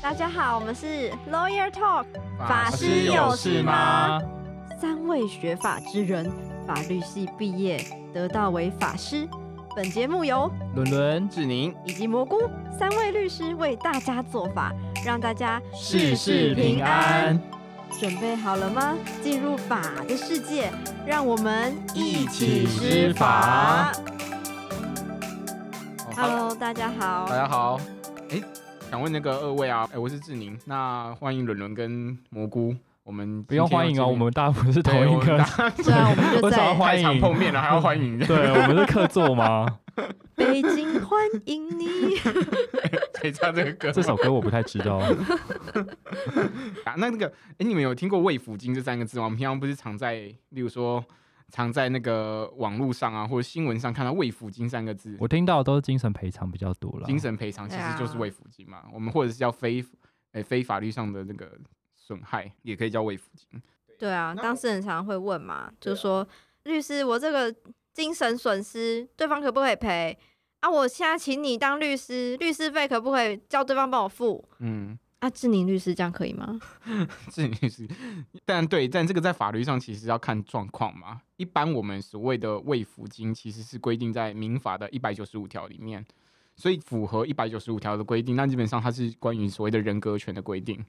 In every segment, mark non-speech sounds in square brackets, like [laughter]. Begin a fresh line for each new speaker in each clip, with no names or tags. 大家好，我们是 Lawyer Talk
法师有事吗？
三位学法之人，法律系毕业，得到为法师。本节目由
伦伦、志宁，
以及蘑菇三位律师为大家做法，让大家
事事平安。
准备好了吗？进入法的世界，让我们
一起施法。哦哈喽
Hello，大家好。
大家好。哎，想问那个二位啊，哎，我是志宁，那欢迎伦伦跟蘑菇。我们
不用欢迎哦，我们大家不是同
对
一
我们
个
大，
[laughs]
对啊，我们就
我想
在
要欢
开
迎，
场碰面了，还要欢迎
[laughs] 对，我们是客座吗？
北京欢迎你。
可以唱这个歌吗。
[laughs] 这首歌我不太知道，
啊，那那个，哎、你们有听过“胃腹经”这三个字吗？我们平常不是常在，例如说，常在那个网络上啊，或者新闻上看到“胃腹经”三个字，
我听到都是精神赔偿比较多了。
精神赔偿其实就是
对啊
胃腹经嘛。我们或者是叫非，哎、非法律上的那个损害，也可以叫胃腹经。
对啊，
那
当事人常常会问嘛，就
啊
说、律师，我这个精神损失，对方可不可以赔？啊，我现在请你当律师，律师费可不可以叫对方帮我付？
嗯，
啊，志宁律师这样可以吗？
[laughs] 这也是，但对，但这个在法律上其实要看状况嘛。一般我们所谓的未抚金，其实是规定在民法的一百九十五条里面，所以符合一百九十五条的规定，那基本上它是关于所谓的人格权的规定，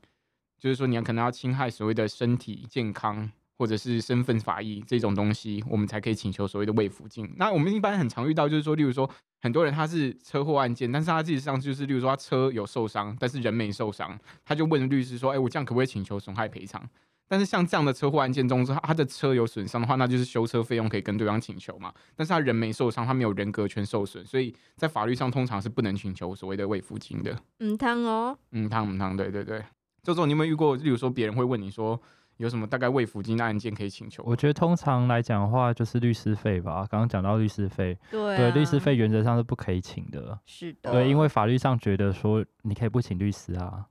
就是说你要可能要侵害所谓的身体健康或者是身份法益这种东西，我们才可以请求所谓的未抚金。那我们一般很常遇到就是说，例如说很多人他是车祸案件，但是他事实上就是例如说他车有受伤，但是人没受伤。他就问律师说：“哎、我这样可不可以请求损害赔偿？”但是像这样的车祸案件中，他的车有损伤的话，那就是修车费用可以跟对方请求嘛。但是他人没受伤，他没有人格权受损，所以在法律上通常是不能请求所谓的慰抚金的。
嗯，汤哦，
嗯，汤嗯汤，对对对。周总，你有没有遇过，例如说别人会问你说有什么大概慰抚金的案件可以请求？
我觉得通常来讲的话，就是律师费吧。刚刚讲到律师费，
对、啊，
对，律师费原则上是不可以请的。
是
啊
的，
对，因为法律上觉得说你可以不请律师啊。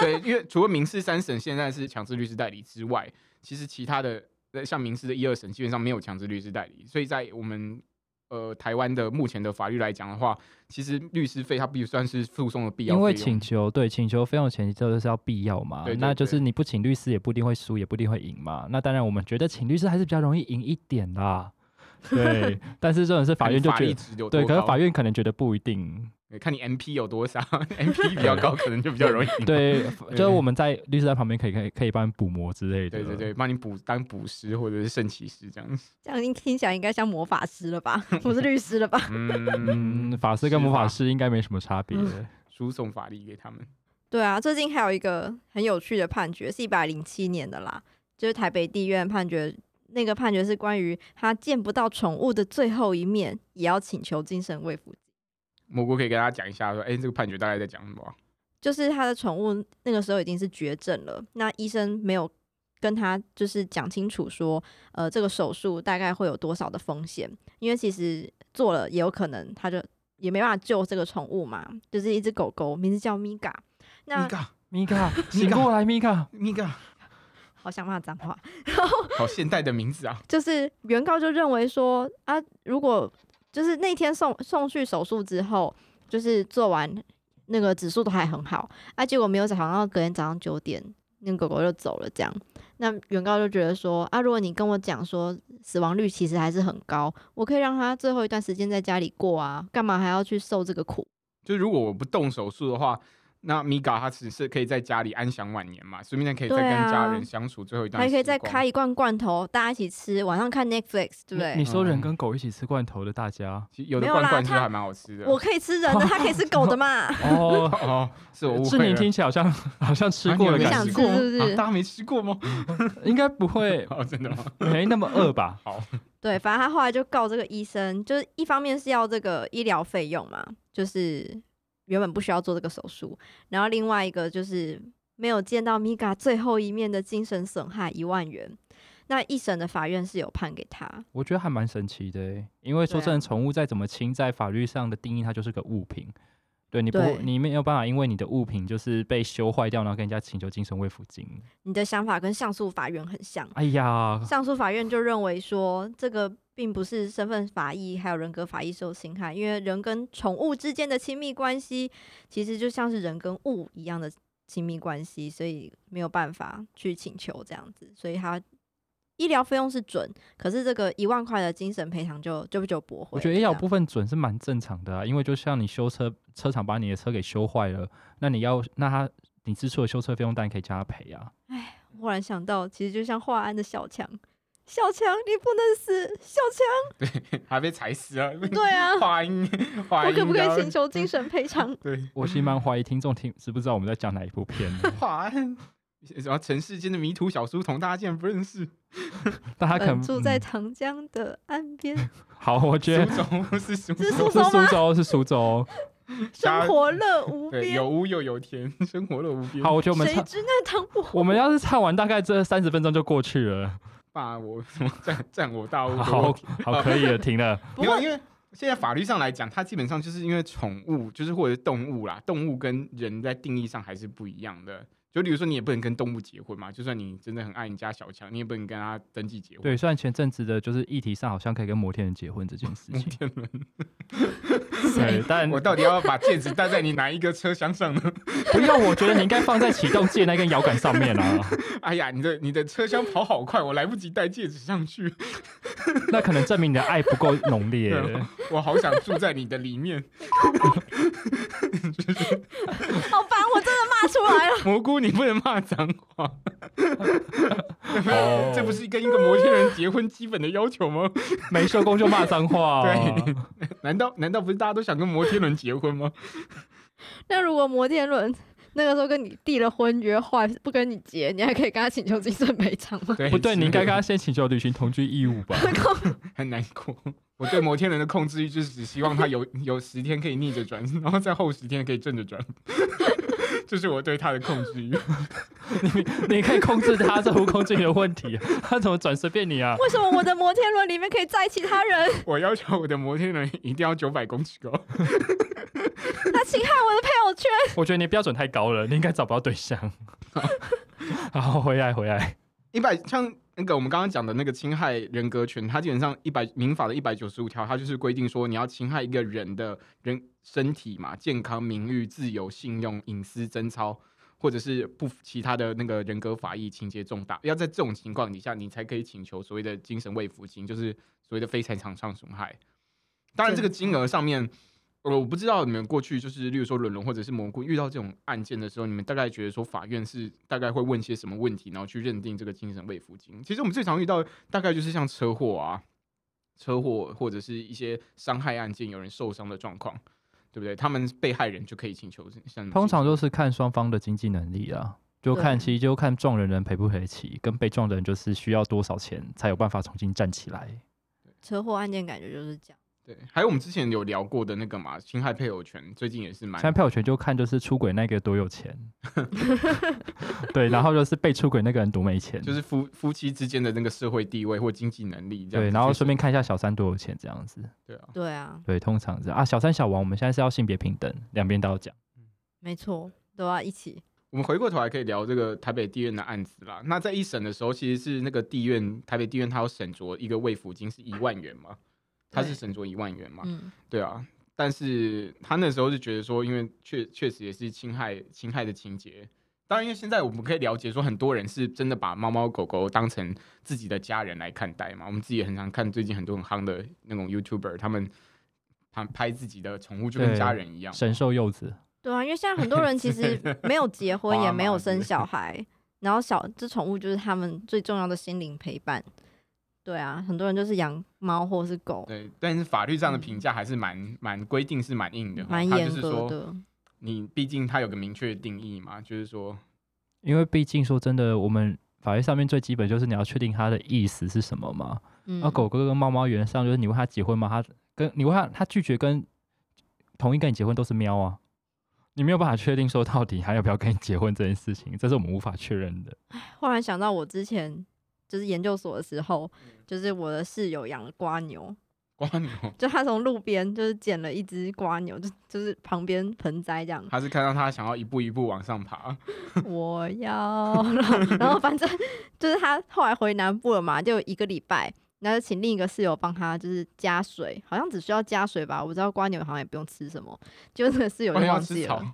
对，因为除了民事三审现在是强制律师代理之外，其实其他的呃像民事的一二审基本上没有强制律师代理，所以在我们呃台湾的目前的法律来讲的话，其实律师费它并不算是诉讼的必要
因为
费用
请求对请求费用前提就是要必要嘛，
对对
那就
对
是你不请律师也不一定会输，也不一定会赢嘛。那当然，我们觉得请律师还是比较容易赢一点啦。
[laughs]
对，但是这种是法
看你
院就
法
觉
律
得
值有
对，
多
可是
高
法院可能觉得不一定。
对看你 MP 有多少 [laughs] ，MP 比较高可能就比较容易赢。
对，
[laughs]
就是我们在律师在旁边可以可以可以帮你补膜之类的。
对对对，帮你补当补师或者是圣骑士这样子。
这样听起来应该像魔法师了
[laughs]
吧？不是律师了吧？
嗯
嗯，，法师跟魔法
是吧
师应该没什么差别。
[laughs] 输送法力给他们。
对啊，最近还有一个很有趣的判决，是一百零七年的啦，就是台北地院判决，那个判决是关于他见不到宠物的最后一面，也要请求精神慰抚。
蘑菇可以跟大家讲一下说，哎、这个判决大概在讲什么啊？
就是他的宠物那个时候已经是绝症了，那医生没有跟他就是讲清楚说，呃，这个手术大概会有多少的风险，因为其实做了也有可能他就也没办法救这个宠物嘛，就是一只狗狗，名字叫米嘎。那
米嘎
[laughs] [laughs] 米卡，
米
醒
卡
过来，米卡。
米嘎，
好想骂脏话，
好现代的名字啊！
就是原告就认为说啊，如果就是那天送送去手术之后，就是做完那个指数都还很好，啊，结果没有早上到隔天早上九点，那个狗狗就走了，这样。那原告就觉得说啊，如果你跟我讲说死亡率其实还是很高，我可以让他最后一段时间在家里过啊，干嘛还要去受这个苦？
就如果我不动手术的话，那米嘎他只是可以在家里安享晚年嘛，顺便可以再
对啊
跟家人相处最后一段
还
时光，
可以再开一罐罐头，大家一起吃，晚上看 Netflix，对不对？
你说人
嗯
跟狗一起吃罐头的大家，
其实有的
没有
罐
啦
罐是
他
还蛮好吃的。
我可以吃人的，他可以吃狗的嘛？
哦，
哦， [laughs] 是我误
志
会
宁
了。
听起来好像 [laughs] 好像吃
啊
过的
你有没有
感
想
吃
觉，
过吗
是不是
啊大家没吃过吗？
应该
[laughs]
不会
哦，真的吗？
没那么饿吧？
对，反正他后来就告这个医生，就是一方面是要这个医疗费用嘛，就是原本不需要做这个手术，然后另外一个就是没有见到米嘎最后一面的精神损害一万元。那一审的法院是有判给他，
我觉得还蛮神奇的欸，因为说
对啊
真的，宠物再怎么亲，在法律上的定义，它就是个物品。对，你不
对，
你没有办法，因为你的物品就是被修坏掉，然后跟人家请求精神慰抚金。
你的想法跟上诉法院很像。
哎呀，
上诉法院就认为说，这个并不是身份法益还有人格法益受侵害，因为人跟宠物之间的亲密关系，其实就像是人跟物一样的亲密关系，所以没有办法去请求这样子，所以他医疗费用是准，可是这个一万块的精神赔偿就就就驳回了这样。
我觉得医疗部分准是蛮正常的啊，因为就像你修车，车厂把你的车给修坏了，那你要那他你支出的修车费用当然可以叫他赔啊。
忽然想到，其实就像华安的小强，小强你不能死，小
[laughs]
强，
还被踩死了，
对啊，
华音，华
我
音，
可不
啊
可以请求
[laughs]
精神赔偿？
对，
我其实
嗯
蛮怀疑听众听知不知道我们在讲哪一部片呢 [laughs]
华安，然后尘世间的迷途小书童，大家竟然不认识，
但他可能
呃住在
嗯
长江的岸边，
好，我
苏
觉得
州是苏
这是苏，
州
是
州
苏
吗
州是苏州。
大家
[laughs] 生活乐无
对，
边
有。屋又有田，生活乐无边。
好，我觉得我们
谁
唱，
知那唐伯虎？
我们要是唱完，大概这三十分钟就过去了。
霸我什么占占我大屋的
好
我
好，可以了，停了。
不
没有，
过
因为现在法律上来讲，它基本上就是因为宠物，就是或者是动物啦，动物跟人在定义上还是不一样的。就比如说，你也不能跟动物结婚嘛，就算你真的很爱你家小强，你也不能跟他登记结婚。
对，虽然前阵子的就是议题上，好像可以跟摩天轮结婚这件事情，
天伦，
对，但
我到底要把戒指戴在你哪一个车厢上呢？ [laughs]
不要，我觉得你应该放在启动键那根摇杆上面啊，
哎呀，你的你的车厢跑好快，我来不及戴戒指上
[laughs]
去，
那可能证明你的爱不够浓烈。
[laughs] 我好想住在你的里面。
[laughs] 好烦，我真的骂出来
[laughs]
了。
蘑菇，你不能骂脏话， [laughs]
哦
这不是跟一个摩天人结婚基本的要求吗？
没收工就骂脏话、哦，
对难道难道不是大家都想跟摩天轮结婚 [laughs] 吗？
那如果摩天轮那个时候跟你缔了婚约，后来不跟你结，你还可以跟他请求精神赔偿 [laughs] 吗？
对
不对？你应该跟
刚
他先请求履行同居义务吧。
很难过。 [laughs] 我对摩天轮的控制欲就是只希望它有 [laughs] 有十天可以逆着转，然后在后十天可以正着转， [laughs] 这是我对它的控制欲。 [laughs]
你可以控制他，这不控制你的问题，啊他怎么转随便你啊。
为什么我的摩天轮里面可以载其他人？ [laughs]
我要求我的摩天轮一定要九百公尺高。
他侵害我的配偶权。
我觉得你标准太高了，你应该找不到对象。好，回来回来，
一百像那个我们刚刚讲的那个侵害人格权，它基本上一百民法的一百九十五条，它就是规定说你要侵害一个人的人身体嘛、健康、名誉、自由、信用、隐私、贞操，或者是不其他的那个人格法益情节重大，要在这种情况底下，你才可以请求所谓的精神慰抚金，就是所谓的非财产上损害。当然，这个金额上面。呃我不知道你们过去就是，例如说伦伦或者是蘑菇遇到这种案件的时候，你们大概觉得说法院是大概会问些什么问题，然后去认定这个精神慰抚金。其实我们最常遇到大概就是像车祸啊、车祸或者是一些伤害案件，有人受伤的状况，对不对？他们被害人就可以请求像
通常都是看双方的经济能力啊，就看
对
其实就看撞人人赔不赔得起，跟被撞的人就是需要多少钱才有办法重新站起来。
车祸案件感觉就是这样，
对，还有我们之前有聊过的那个嘛，侵害配偶权，最近也是蛮
现在票权就看就是出轨那个多
[laughs]
有钱，对，然后就是被出轨那个人多没钱，
就是夫夫妻之间的那个社会地位或经济能力这样
对，
子
然后
去
顺便看一下小三多有钱这样子。
对啊，
对啊，
对，通常是啊，小三小王，我们现在是要性别平等，两边都要讲。
没错，都要一起。
我们回过头来可以聊这个台北地院的案子啦。那在一审的时候，其实是那个地院台北地院，它要审酌一个慰抚金是一万元嘛，它是
对
审酌一万元嘛，
嗯，
对啊。但是他那时候是觉得说，因为确确实也是侵害侵害的情节。当然，因为现在我们可以了解说，很多人是真的把猫猫狗狗当成自己的家人来看待嘛。我们自己也很常看最近很多很夯的那种 YouTuber，他们拍拍自己的宠物就跟
对
家人一样嘛。
神兽柚子，
对啊，因为现在很多人其
[laughs]
实没有结婚，
花
也
嘛
没有
之类
生
的
小
[laughs]
孩，然后小这宠物就是他们最重要的心灵陪伴。对啊，很多人就是养猫或是狗，
对，但是法律上的评价还是蛮蛮规定是蛮硬的哈，
嗯蛮
它
严
就是
格
说
的。
你毕竟它有个明确的定义嘛，就是说 [laughs]
因为毕竟说真的，我们法律上面最基本就是你要确定它的意思是什么嘛。
嗯，
那、哦狗狗跟猫猫原则上就是你问它结婚吗？它跟你问它，它拒绝跟同意跟你结婚都是喵啊。你没有办法确定说到底还要不要跟你结婚这件事情，这是我们无法确认的。
忽然想到我之前就是研究所的时候，
嗯
就是我的室友养了瓜牛，
瓜牛，
就他从路边就是捡了一只瓜牛，就就是旁边盆栽这样，
他是看到他想要一步一步往上爬，
我要，然后 [laughs] 然后反正就是他后来回南部了嘛，就有一个礼拜，然后就请另一个室友帮他就是加水，好像只需要加水吧，我知道瓜牛好像也不用吃什么，就那个室友
瓜
就
牛要
忘
吃
记
草
了，，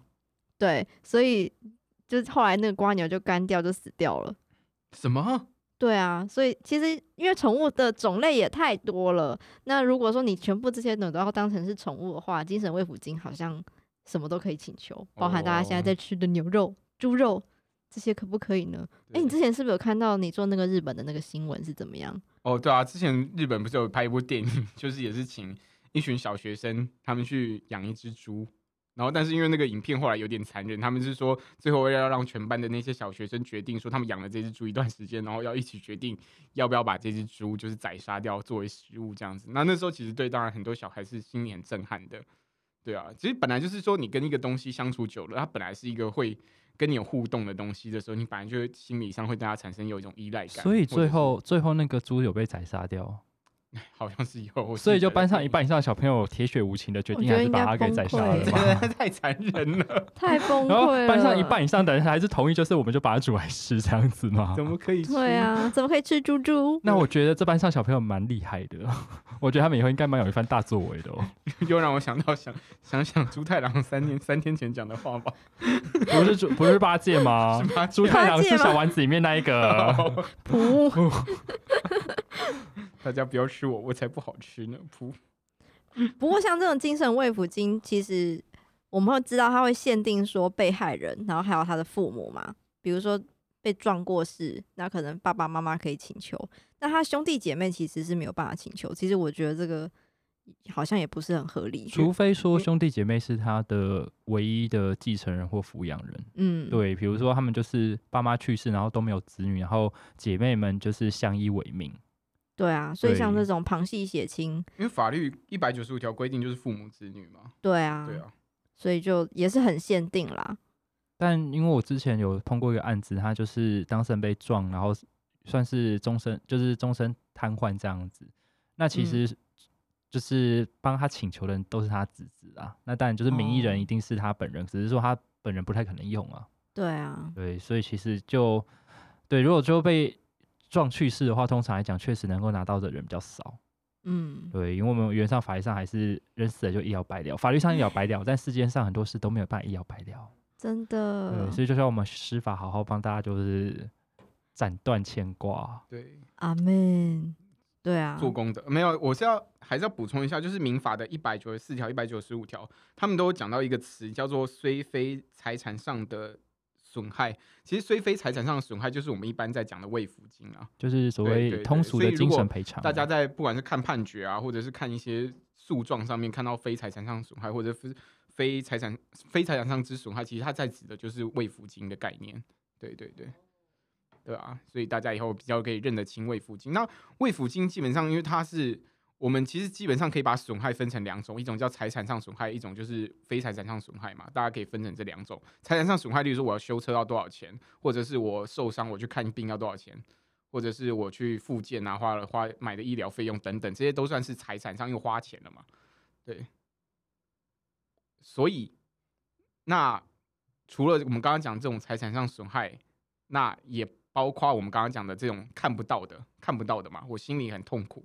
对，所以。就是后来那个瓜牛就干掉，就死掉了。
什么？
对啊，所以其实因为宠物的种类也太多了，那如果说你全部这些呢都要当成是宠物的话，精神慰抚金好像什么都可以请求，包含大家
哦
现在在吃的牛肉、猪肉这些可不可以呢？哎、你之前是不是有看到你做那个日本的那个新闻是怎么样？
哦，对啊，之前日本不是有拍一部电影， [laughs] 就是也是请一群小学生他们去养一只猪，然后但是因为那个影片后来有点残忍，他们是说最后要让全班的那些小学生决定说他们养了这只猪一段时间，然后要一起决定要不要把这只猪就是宰杀掉作为食物这样子。那那时候其实对当然很多小孩是心里很震撼的，对啊，其实本来就是说你跟一个东西相处久了，它本来是一个会。跟你有互动的东西的时候，你本来就会心理上会对它产生有一种依赖感，
所以
或者
最
是
后最后那个猪有被宰杀掉，
好像是有，
所以
[laughs]
就班上一
半。
半以上的小朋友铁血无情的决
我
定
觉得
还是
应
把
该
它给
崩
宰杀
溃
了
这
了
吧。 [laughs]
个太残忍了，
[laughs] 太 [laughs] 崩
然后
溃了！
哦班上一半以上的人还是同意，就是我们就把它煮来吃这样子嘛。
[laughs] 怎么可以？
[laughs] 对，啊，怎么可以吃猪 [laughs] 猪？
那我觉得这班上小朋友蛮厉害的，我觉得他们以后应该蛮有一番大作为的哦。
[laughs] 又让我想到想想想猪太郎三年 [laughs] 三天前讲的话吧，
不是猪，不是八戒
[laughs]
吗？
八戒
猪太郎
八戒
是
吗
小丸子里面那一
[laughs] 啊
个。
噗
大家不要吃我，我才不好吃呢。噗，
[laughs] 不过像这种精神慰抚金，其实我们会知道它会限定说被害人，然后还有他的父母嘛，比如说被撞过世，那可能爸爸妈妈可以请求，那他兄弟姐妹其实是没有办法请求。其实我觉得这个好像也不是很合理。
除非说兄弟姐妹是他的唯一的继承人或抚养人，
嗯，
对，比如说他们就是爸妈去世，然后都没有子女，然后姐妹们就是相依为命，
对啊，所以像
对
这种旁系血亲，
因为法律一百九十五条规定就是父母子女嘛，
对啊，
对啊，
所以就也是很限定啦。
但因为我之前有碰过一个案子，他就是当事人被撞，然后算是终身就是终身瘫痪这样子。那其
嗯
实就是帮他请求的人都是他侄子啊，那当然就是名义人
哦
一定是他本人，只是说他本人不太可能用啊。
对啊，
对，所以其实就对，如果就被撞去世的话，通常来讲确实能够拿到的人比较少。
嗯，
对，因为我们原上法律上还是人死了就一了百了，法律上一了百了，但世界上很多事都没有办法一了百了。
真
对，
嗯
的
所以就像我们施法好好帮大家就是斩断牵挂。
对，
阿门。对啊，
做功德没有，我是要还是要补充一下，就是民法的一百九十四条、一百九十五条，他们都有讲到一个词叫做“虽非财产上的损害”。其实“虽非财产上的损害”就是我们一般在讲的慰抚金啊。
就是所
对
谓
对
通
对
俗
所
的
以如
精
果
神赔偿，啊
大家在不管是看判决啊，或者是看一些诉状上面看到非财产上损害或者非非财产非财产上之损害，其实它在指的就是慰抚金的概念。对对对，对啊，所以大家以后比较可以认得清慰抚金。那慰抚金基本上因为它是我们其实基本上可以把损害分成两种，一种叫财产上损害，一种就是非财产上损害嘛。大家可以分成这两种。财产上损害，例如说我要修车要多少钱，或者是我受伤我去看病要多少钱，或者是我去复健啊花了花买的医疗费用等等，这些都算是财产上又花钱了嘛。对，所以那除了我们刚刚讲这种财产上损害，那也包括我们刚刚讲的这种看不到的、看不到的嘛，我心里很痛苦。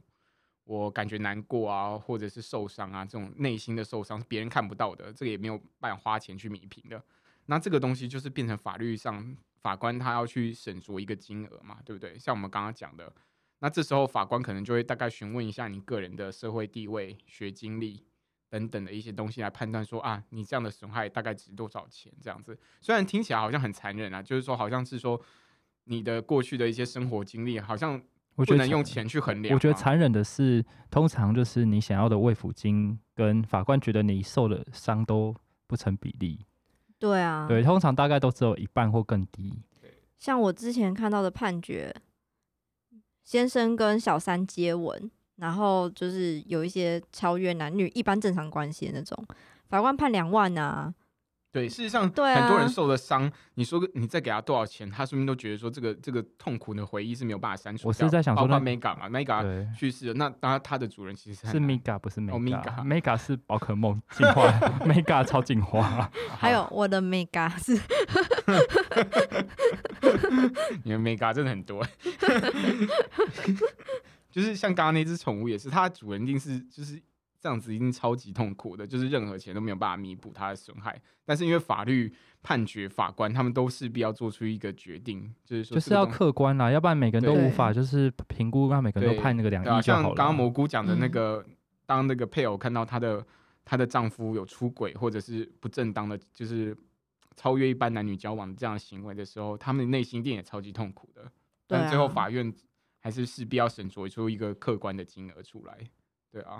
我感觉难过啊，或者是受伤啊，这种内心的受伤是别人看不到的，这个也没有办法花钱去弥平的。那这个东西就是变成法律上法官他要去审酌一个金额嘛，对不对？像我们刚刚讲的，那这时候法官可能就会大概询问一下你个人的社会地位、学经历等等的一些东西来判断说啊，你这样的损害大概值多少钱这样子。虽然听起来好像很残忍啊，就是说好像是说你的过去的一些生活经历好像
我觉
不
得
能
残
用钱去衡量嘛。
我觉得残忍的是，通常就是你想要的慰抚金跟法官觉得你受的伤都不成比例，
对啊，
嗯
对，通常大概都只有一半或更低。
像我之前看到的判决，先生跟小三接吻，然后就是有一些超越男女一般正常关系的那种，法官判两万啊，
对，事实上，
对啊
很多人受了伤，你说个你再给他多少钱，他说不定都觉得说这个这个痛苦的回忆是没有办法删除掉的。
我是在想说
包括
那
Mega 嘛，Mega [laughs]
对，
去世了，那当然他的主人其实很 [laughs]
是
难
Mega 不是
哦 Mega
Mega，Mega 是宝可梦进化 [laughs] ，Mega 超进化。
还有我的 mega 是，
你们 Mega 真的很多。 [laughs] 就是像刚刚那只宠物也是，它的主人一定是就是这样子一定超级痛苦的，就是任何钱都没有办法弥补他的损害。但是因为法律判决法官他们都势必要做出一个决定，就是说
就是
这个
要
东
客观啦，要不然每个人都
对
无法就是评估，让每个人
对
都判那个两
对啊，
亿就
像
好
刚刚
了。
蘑菇讲的那
嗯
个，当那个配偶看到她的她的丈夫有出轨或者是不正当的，就是超越一般男女交往的这样的行为的时候，他们内心一定也超级痛苦的。
对
但最后
啊
法院还是势必要审酌出一个客观的金额出来。对啊，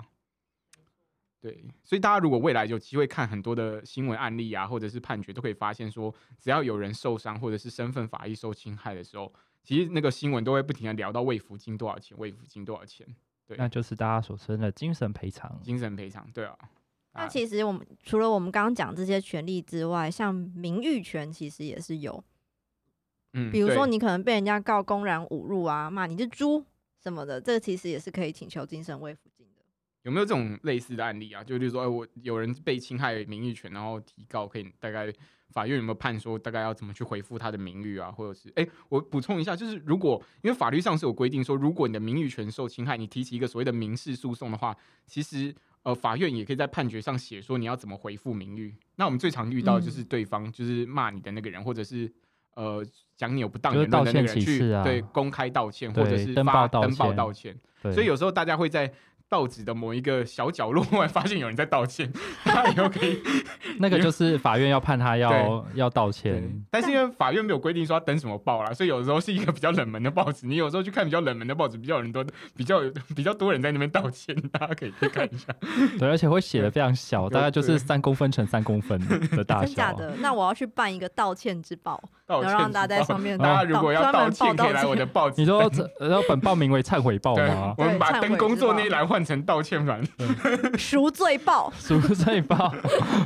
对，所以大家如果未来有机会看很多的新闻案例啊，或者是判决，都可以发现说，只要有人受伤或者是身份法益受侵害的时候，其实那个新闻都会不停的聊到慰抚金多少钱，慰抚金多少钱，
那就是大家所称的精神赔偿。
精神赔偿，对啊。
那
啊
其实我们除了我们刚刚讲这些权利之外，像名誉权其实也是有，
嗯，
比如说
对
你可能被人家告公然侮辱啊，骂你是猪什么的，这个其实也是可以请求精神慰抚金的。
有没有这种类似的案例啊？就例如说，哎，我有人被侵害名誉权，然后提告，可以大概法院有没有判说大概要怎么去回复他的名誉啊？或者是，哎、我补充一下，就是如果因为法律上是有规定说，如果你的名誉权受侵害，你提起一个所谓的民事诉讼的话，其实呃，法院也可以在判决上写说你要怎么回复名誉。那我们最常遇到的
嗯
就是对方就是骂你的那个人，或者是。呃，讲你有不当
就是
言论的那个
道
人
歉启
去、
事啊
对公开道歉，或者
对
是
登
发
报道
登报
歉
道歉，
对，
所以有时候大家会在报纸的某一个小角落，忽然发现有人在道歉， [laughs] 他以后可
[laughs]
以。
那个就是法院要判他要要道歉。
但是因为法院没有规定说要登什么报啦，所以有时候是一个比较冷门的报纸。你有时候去看比较冷门的报纸，比较有人多，比较有 [laughs] 比较多人在那边道歉，大家可以去看一下。
对，而且会写的非常小，
对
大概就
对
是三公分乘三公分
[laughs]
的大
真假
小。啊
的？那我要去办一个道歉之报，
[laughs] 道
然
歉
后让大家在
之报
上面
大家如果要
道
道
专
歉，
门报
可以来我的报纸。
[laughs] 你说这呃本报名为忏悔报
对
吗，？
我们把
对忏悔
登工作
之报
那一栏换成道歉栏，
赎罪报，
赎罪
[laughs]
报，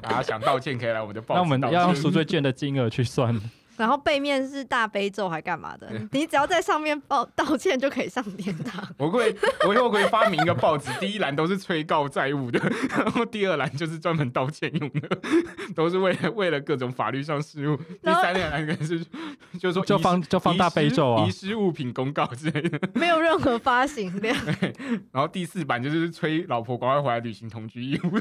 大家想道歉可以来我们的报纸
那我们
道歉
要用赎罪券的金额去算。
然后背面是大悲咒还干嘛的？你只要在上面报道歉就可以上天堂。 [laughs]
我会， [laughs] 我以后会发明一个报纸，第一栏都是催告债务的， [laughs] 然后第二栏就是专门道歉用的， [laughs] 都是为了为了各种法律上事务。第
然后
三栏可能是就是说
就
遗失
放就放大悲咒啊
遗失遗失物品公告之类的。 [laughs]
没有任何发行量，
然后第四版就是催老婆赶快回来履行同居义 [laughs] 务。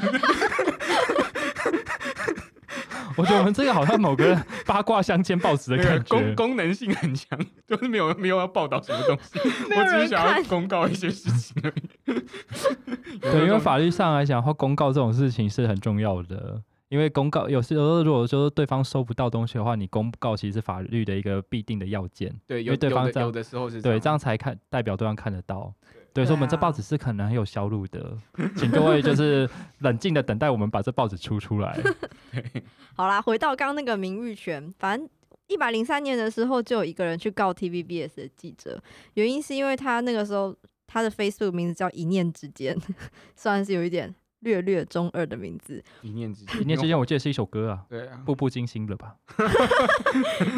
我觉得我们这个好像某个八卦相间报纸
[laughs] 那
的
个
感
功
觉。
功能性很强， [laughs] 就是没有没有要报道什么东西，
没有
[laughs] 我只是
人
想要
看。
公告一些事情而已。有没有
对，因为
这种
法律上来讲，话公告这种事情是很重要的。因为公告有时候，如果说对方收不到东西的话，你公告其实是法律的一个必定的要件，
[laughs] 对
因
有
为对
有
方这
的
样
有的时候是
对，这样才看代表对方看得到。对，
对
所以我们这
啊
报纸是可能很有销路的，请各位就是冷静的等待我们把这报纸出出
[laughs]
来。
好啦，回到刚刚那个名誉权，反正一百零三年的时候就有一个人去告 TVBS 的记者，原因是因为他那个时候他的 Facebook 名字叫一念之间， [laughs] 虽然是有一点略略中二的名字，
一念之间，
一念之间，我记得是一首歌啊，
对啊，
《步步惊心》了吧？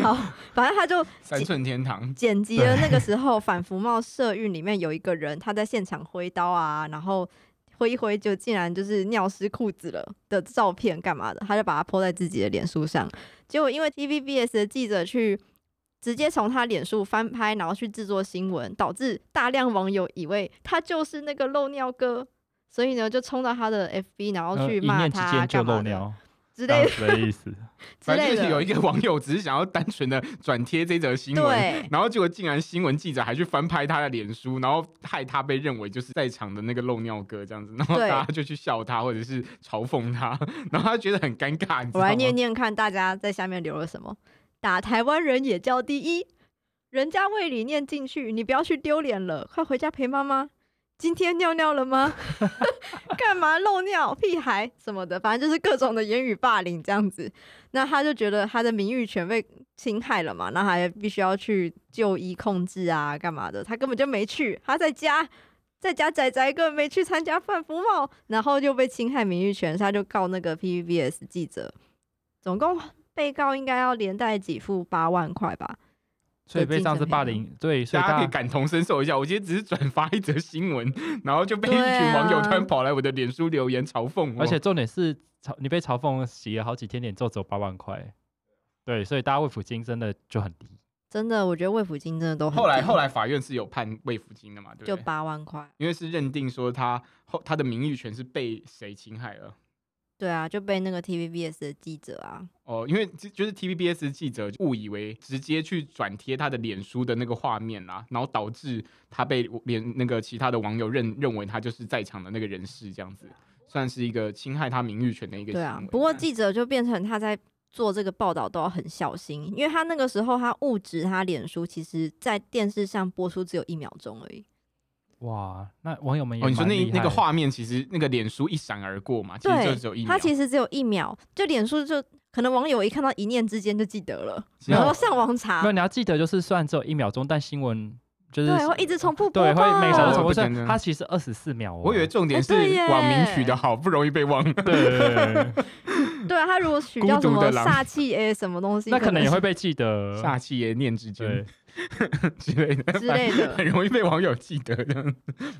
好，反正他就
三寸天堂。
剪辑了那个时候反服贸社运里面有一个人，他在现场挥刀啊，然后挥一挥就竟然就是尿湿裤子了的照片干嘛的，他就把它 po 在自己的脸书上。结果因为 TVBS 的记者去直接从他脸书翻拍，然后去制作新闻，导致大量网友以为他就是那个漏尿哥，所以呢就冲到他的 FB，然后
呃
去
一
骂
念之
他
间就
干嘛
漏
的
尿，
之
这
类
样
的
子的
[laughs]
意思。
之
呃反正
类
就是有
的。
一个网友只是想要单纯的转贴这则新闻，
对，
然后结果竟然新闻记者还去翻拍他的脸书，然后害他被认为就是在场的那个漏尿哥这样子，然后
对
大家就去笑他或者是嘲讽他， [laughs] 然后他觉得很尴尬，你知
我
道吗
来念念看大家在下面留了什么。打台湾人也叫第一，人家胃里念进去，你不要去丢脸了，快回家陪妈妈。今天尿尿了吗？ [laughs] 干嘛漏尿？屁孩什么的，反正就是各种的言语霸凌这样子。那他就觉得他的名誉权被侵害了嘛，那还必须要去就医控制啊，干嘛的？他根本就没去，他在家，在家宅宅根本没去参加饭服贸，然后就被侵害名誉权，所以他就告那个 PVBS 记者，总共被告应该要连带给付八万块吧？
所以
对
被
精
上次
神
霸
偏
凌，对，所以
大家
大
可以
家
感同身受一下，我今天只是转发一则新闻， [laughs] 然后就被一
对
群
啊
网友突然跑来我的脸书留言嘲讽我，
而且重点是嘲你被嘲讽洗了好几天脸，就只有八万块，对，所以大家卫福金真的就很低。
真的，我觉得卫抚金真的都很
后来
低
后来法院是有判慰抚金的嘛，对
就
不对？
八万块，
因为是认定说他后他的名誉权是被谁侵害了。
对啊，就被那个 TVBS 的记者啊，
哦，因为就就是 TVBS 记者误以为直接去转贴他的脸书的那个画面啦，然后导致他被连那个其他的网友认认为他就是在场的那个人士，这样子算是一个侵害他名誉权的一个
对
行为。
啊，不过记者就变成他在做这个报道都要很小心，因为他那个时候他误指他脸书，其实在电视上播出只有一秒钟而已，
哇，那网友们也
哦，你说
蛮
那
厉
那个
害的
画面其实那个脸书一闪而过嘛，其实就只有一
对，
秒
他。其实只有一秒，就脸书就可能网友一看到一念之间就记得了，
其实
然后
我
上网查
没有，，你要记得，就是虽然只有一秒钟，但新闻就是
对，会一直重复播
对
报，
会每
条
小
都哦不
时重播，所
真的
以它其实二十四秒哦。
我以为重点是
哎对耶
网名取得好，不容易被忘。
对，
[laughs] 对啊，他如果取
孤
叫什
独
么
的狼
煞气诶、什么东西，
那可能也会被
[laughs]
记得。
煞气也念之间
嗯对，
[laughs] 之类 [laughs] 的
之类的
很容易被网友记得的，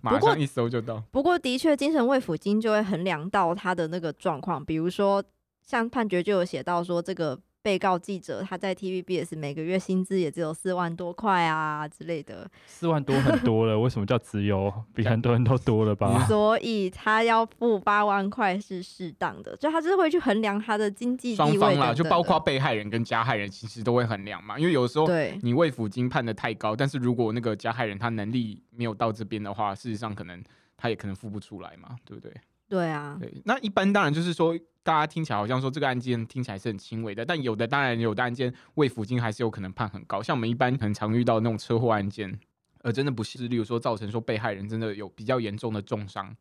马
不过
上一搜就到。
不过，的确，精神慰抚金就会衡量到他的那个状况，比如说，像判决就有写到说，这个被告记者他在 TVBS 每个月薪资也只有四万多块啊之类
[laughs]
的，
四万多很多了，为什么叫只有比很多人都多
[laughs]
了吧？
所以他要付八万块是适当的，就他就是会去衡量他的经济地
双
位
方
等
啦，
等
就包括
的
被害人跟加害人，其实都会衡量嘛。因为有时候
对
你为抚金判的太高，但是如果那个加害人他能力没有到这边的话，事实上可能他也可能付不出来嘛，对不对？
对啊，
对，那一般当然就是说，大家听起来好像说这个案件听起来是很轻微的，但有的当然有的案件未抚金还是有可能判很高，像我们一般很常遇到那种车祸案件，呃，真的不是，例如说造成说被害人真的有比较严重的重伤，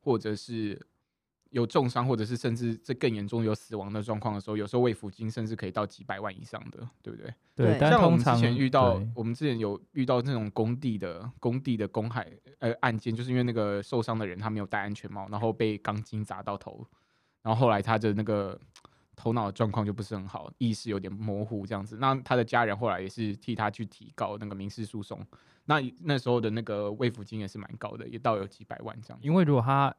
或者是。有重伤，或者是甚至这更严重有死亡的状况的时候，有时候未抚金甚至可以到几百万以上的，对不对？
对
但
像我
通
们之
常
前遇到
对，
我们之前有遇到那种工地的工地的公害呃案件，就是因为那个受伤的人他没有戴安全帽，然后被钢筋砸到头，然后后来他的那个头脑状况就不是很好，意识有点模糊这样子。那他的家人后来也是替他去提告那个民事诉讼，那那时候的那个慰抚金也是蛮高的，也到有几百万这样子。
因为如果他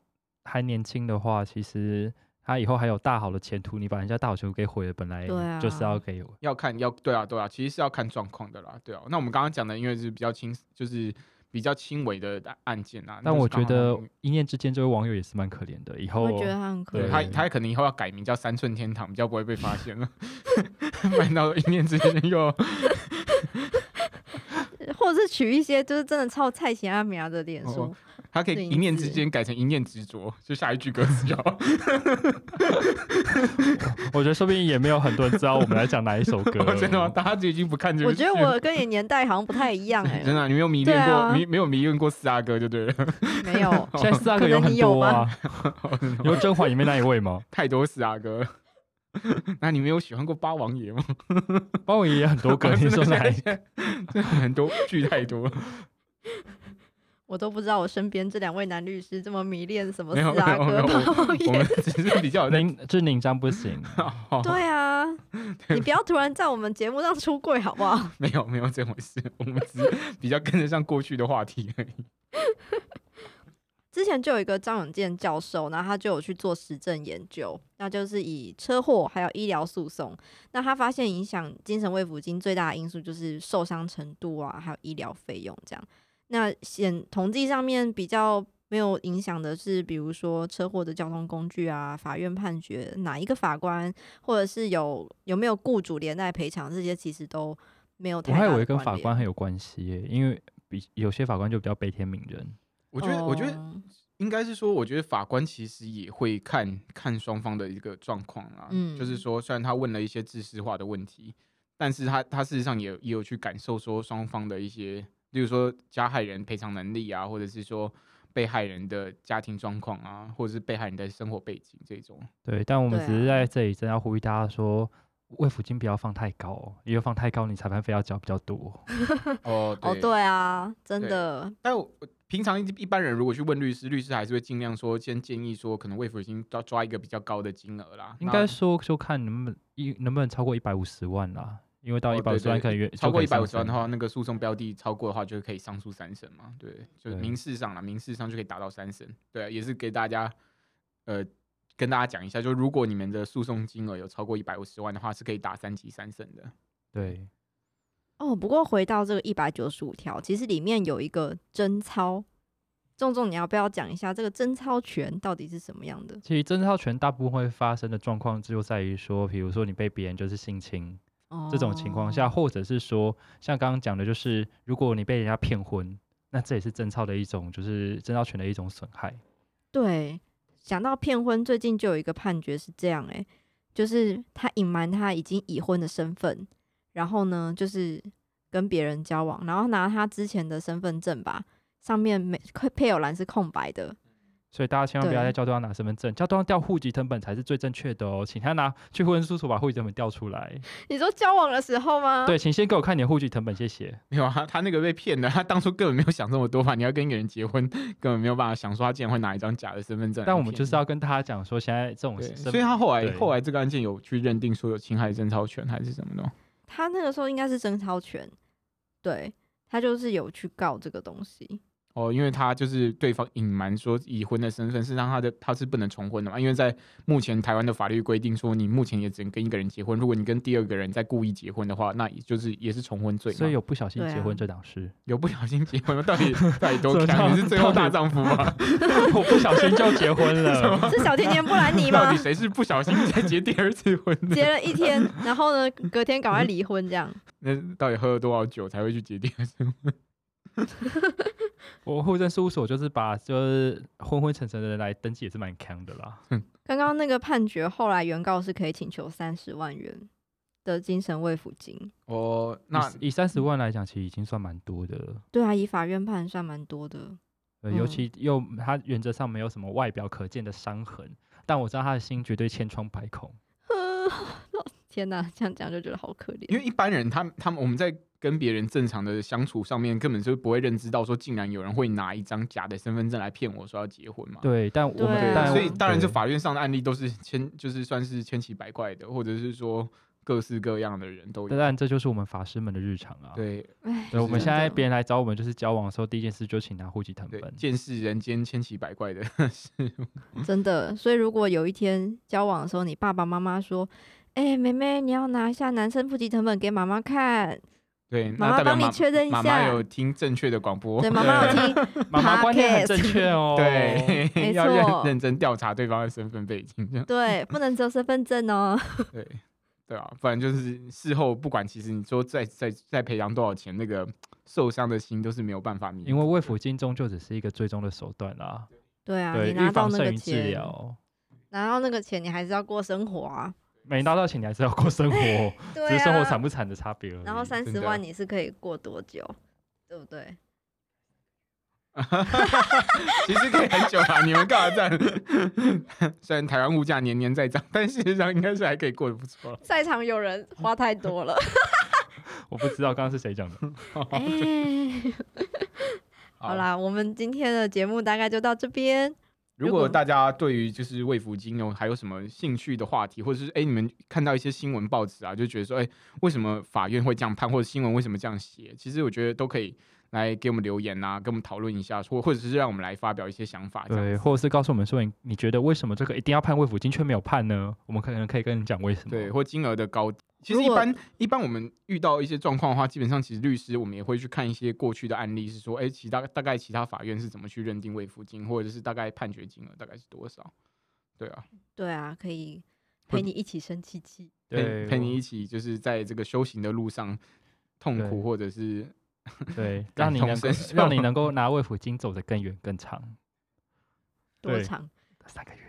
还年轻的话，其实他以后还有大好的前途。你把人家大好前途给毁了，本来
对啊
就是要给我。
要看要对啊对啊，其实是要看状况的啦，对啊。那我们刚刚讲的因为是比较轻，就是比较轻微的案件啊。
但
就是
我
刚
觉
好
得一念之间，这位网友也是蛮可怜的。以后
我觉得他很可
哦对
对
他，
怜。
他可能以后要改名叫三寸天堂，比较不会被发现了。 [laughs] 不然到一念之间又 [laughs]
或者是取一些就是真的超蔡琴阿米娅的脸书，
哦他可以
名
一念
字
之间改成一念执着，就下一句歌词就好。
我觉得说不定也没有很多人知道我们来讲哪一首歌
[laughs] 哦我。真的吗？大家就已经不看这个
我
戏
觉
了。
得我跟你年代好像不太一样哎、
[laughs] 真的啊、你没有迷
对
恋过，
啊
迷没有迷恋过四阿哥就对了， [laughs]
欸没有，
现在四大哥
可能
很
你有
多啊，你说《甄嬛》里面那一位吗？
太多四阿哥了。 [laughs] 那你没有喜欢过八王爷吗？
包文也很
[laughs] 啊
多歌，你说哪一个？
真的很多剧
[laughs]
太多了，
我都不知道我身边这两位男律师这么迷恋什么
没
四
有
阿
没有
哥
没有
包
我们
夜。
只是比
[laughs]
较有在
宁就是宁章不行，
[laughs]
[laughs]
哦
对
[laughs]
啊，你不要突然在我们节目上出柜好不好？
没有没有这回事，我们只是比较跟得上过去的话题而已。
之前就有一个张永健教授，然后他就有去做实证研究，那就是以车祸还有医疗诉讼。那他发现影响精神慰抚金最大的因素就是受伤程度啊，还有医疗费用这样。那显统计上面比较没有影响的是，比如说车祸的交通工具啊，法院判决哪一个法官，或者是有有没有雇主连带赔偿，这些其实都没有太
我
大
还
的
以
关联。
为跟法官很有关系耶，因为比有些法官就比较悲天悯人。
我觉得，我觉得
哦
应该是说，我觉得法官其实也会看看双方的一个状况啦。
嗯
就是说，虽然他问了一些知识化的问题，但是他他事实上也有也有去感受说双方的一些，例如说加害人赔偿能力啊，或者是说被害人的家庭状况啊，或者是被害人的生活背景这
[laughs]
种。
对，但我们
对
只是
啊
在这里真的要呼吁大家说，慰抚金不要放太高哦，因为放太高你裁判费要交比较多。
哦
哦，对啊，真的，
但我我平常一一般人如果去问律师，律师还是会尽量说先建议说，可能未抚金要抓一个比较高的金额啦。
应
那
该说就看能不能一能不能超过一百五十万啦，因为到
哦
一百五
对
十
对
万可能越、
超过一
就
百
可
五
以上
十万的
升
话，那个诉讼标的超过的话，就可以上诉三审嘛。对，就是
对
民事上了，民事上就可以达到三审。对啊，也是给大家呃跟大家讲一下，就如果你们的诉讼金额有超过一百五十万的话，是可以打三级三审的。
对，
哦，不过回到这个一百九十五条，其实里面有一个贞操，仲仲，你要不要讲一下这个贞操权到底是什么样的？
其实贞操权大部分会发生的状况就在于说，比如说你被别人就是性侵这种情况下，
哦，
或者是说像刚刚讲的，就是如果你被人家骗婚，那这也是贞操的一种，就是贞操权的一种损害。
对，想到骗婚，最近就有一个判决是这样、欸，就是他隐瞒他已经已婚的身份，然后呢，就是跟别人交往，然后拿他之前的身份证吧，上面没配偶栏是空白的， [laughs]
所以大家千万不要
对
再叫对方拿身份证，叫对方调户籍成本才是最正确的哦，请他拿去婚书所把户籍成本调出来。
你说交往的时候吗？
对，请先给我看你的户籍成本，谢谢。
没有啊，他那个被骗的，他当初根本没有想这么多吧？你要跟一个人结婚，根本没有办法想说他竟然会拿一张假的身份证来骗你。
但我们就是要跟大家讲说，现在这种
嗯对，
身
所以他后来
对
后来这个案件有去认定说有侵害贞操权还是什么的吗。
他那个时候应该是贞操权，对他就是有去告这个东西。
哦，因为他就是对方隐瞒说已婚的身份，事实上他的他是不能重婚的嘛，因为在目前台湾的法律规定说，你目前也只能跟一个人结婚，如果你跟第二个人在故意结婚的话，那也就是也是重婚罪嘛。
所以有不小心
对啊
结婚这档事，
有不小心结婚吗？到
[laughs]
底到底多
怎么
强？你
到
是最后
到
大
底
丈夫吗？
[laughs] 我不小心就结婚
[laughs]
了。
是小甜甜布兰妮
到
吗
底？谁是不小心在结第二次婚的？
结了一天，然后呢，隔天赶快离婚，这样
[laughs]
[laughs]
那到底喝了多少酒才会去结第二次婚？
我户政事务所就是把就是昏昏沉沉的人来登记也是蛮坑的啦。
刚刚那个判决，后来原告是可以请求三十万元的精神慰抚金。
哦，那
以以三十万来讲，其实已经算蛮多的了。
对啊，以法院判算蛮多的。 [laughs]
呃，尤
嗯
其又他原则上没有什么外表可见的伤痕，但我知道他的心绝对千疮百孔。
天哪，这样讲就觉得好可
因
怜。
为一般人他们他们我们在跟别人正常的相处上面，根本就不会认知到说，竟然有人会拿一张假的身份证来骗我说要结婚嘛。
对，但我
对
们
啊
但
所以当然，这
就
法院上的案例都是千，就是算是千奇百怪的，或者是说各式各样的人都
但
有。
但这就是我们法师们的日常啊。，
对
哎，
对，我们
真
现
的
在别人来找我们就是交往的时候，第一件事就请拿户籍成
对，
本。
见识人间千奇百怪的 [laughs] 事物。
真的，所以如果有一天交往的时候，你爸爸妈妈说：“哎、妹妹，你要拿一下男生户籍成本给妈妈看，
对，
妈
那
妈
代表
帮你
妈
确认一下。
妈妈有听正确的广播
对，，妈妈有
对啊
听，
[laughs] 妈妈观念很
Podcast
正确
[laughs]
哦。
对，
没
要认
错
认真调查对方的身份背景，这样
对，不能只有身份证哦。
对对啊，不然就是事后不管，其实你说再再再赔偿多少钱，那个受伤的心都是没有办法弥补的。
因为卫抚金终究只是一个最终的手段啦。
对啊，
对，
你
预
拿到
防
那
胜
个
于治
钱，
疗。
拿到那个钱，你还是要过生活
[laughs]
啊。
没拿到钱，你还是要过生活，
[laughs] 对啊，
只是生活惨不惨的啊差别而已。
然后三
真
十
的
万你是可以过多久，对不对？
其实可以很久啊，你们干嘛这样？ [laughs] 虽然台湾物价年年在涨，但事实上应该是还可以过得不错。
在场有
[laughs]
人花太多了，
我不知道刚刚是谁讲的。
哎，好
啦。
啦，我们今天的节目大概就到这边。
如
如
果
果
大家对于就是卫福金有还有什么兴趣的话题，或者是哎、诶你们看到一些新闻报纸啊，就觉得说哎、诶为什么法院会这样判，或者新闻为什么这样写？其实我觉得都可以来给我们留言啊，跟我们讨论一下，或或者是让我们来发表一些想法。这样
对，或者是告诉我们说你你觉得为什么这个一定要判卫抚金却没有判呢？我们可能可以跟你讲为什么。
对，，或金额的高低。其实
如
一
果
般一般我们遇到一些状况的话，基本上其实律师我们也会去看一些过去的案例，是说哎、诶其他大概其他法院是怎么去认定卫福金，或者是大概判决金额大概是多少？对啊。
对啊，可以
不
陪你一起生气气。
陪
对，
陪你
我
一起，就是在这个修行的路上痛
对
苦，或者
[laughs]
是
对，
感
让你
同
能够
身受
让你能够拿卫抚金走得更远更长，
多
对
长？
三个月。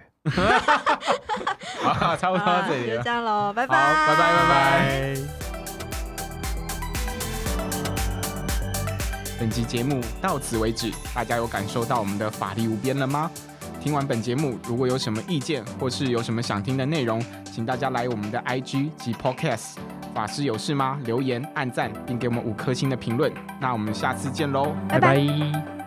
啊，差
好
不多到
啦，
这里
就
了
这。样喽，拜
好，拜拜拜拜。本集节目到此为止，大家有感受到我们的法力无边了吗？听完本节目，如果有什么意见或是有什么想听的内容，请大家来我们的 IG 及 Podcast 法师有事吗？留言、按赞，并给我们五颗星的评论。那我们下次见喽，
拜拜
拜